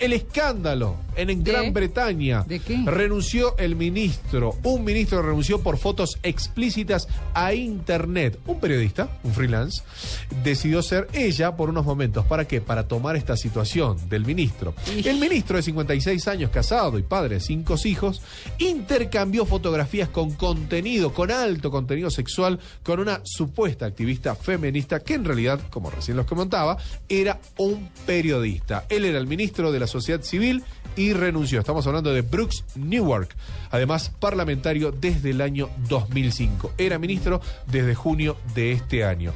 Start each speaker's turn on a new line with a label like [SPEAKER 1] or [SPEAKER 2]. [SPEAKER 1] El escándalo en, en Gran Bretaña.
[SPEAKER 2] ¿De qué?
[SPEAKER 1] Renunció el ministro. Un ministro renunció por fotos explícitas a Internet. Un periodista, un freelance, decidió ser ella por unos momentos. ¿Para qué? Para tomar esta situación del ministro. El ministro de 56 años, casado y padre de cinco hijos, intercambió fotografías con contenido, con alto contenido sexual, con una supuesta activista feminista que en realidad, como recién los comentaba, era un periodista. Él era el ministro de la sociedad civil y renunció. Estamos hablando de Brooks Newark, además parlamentario desde el año 2005. Era ministro desde junio de este año.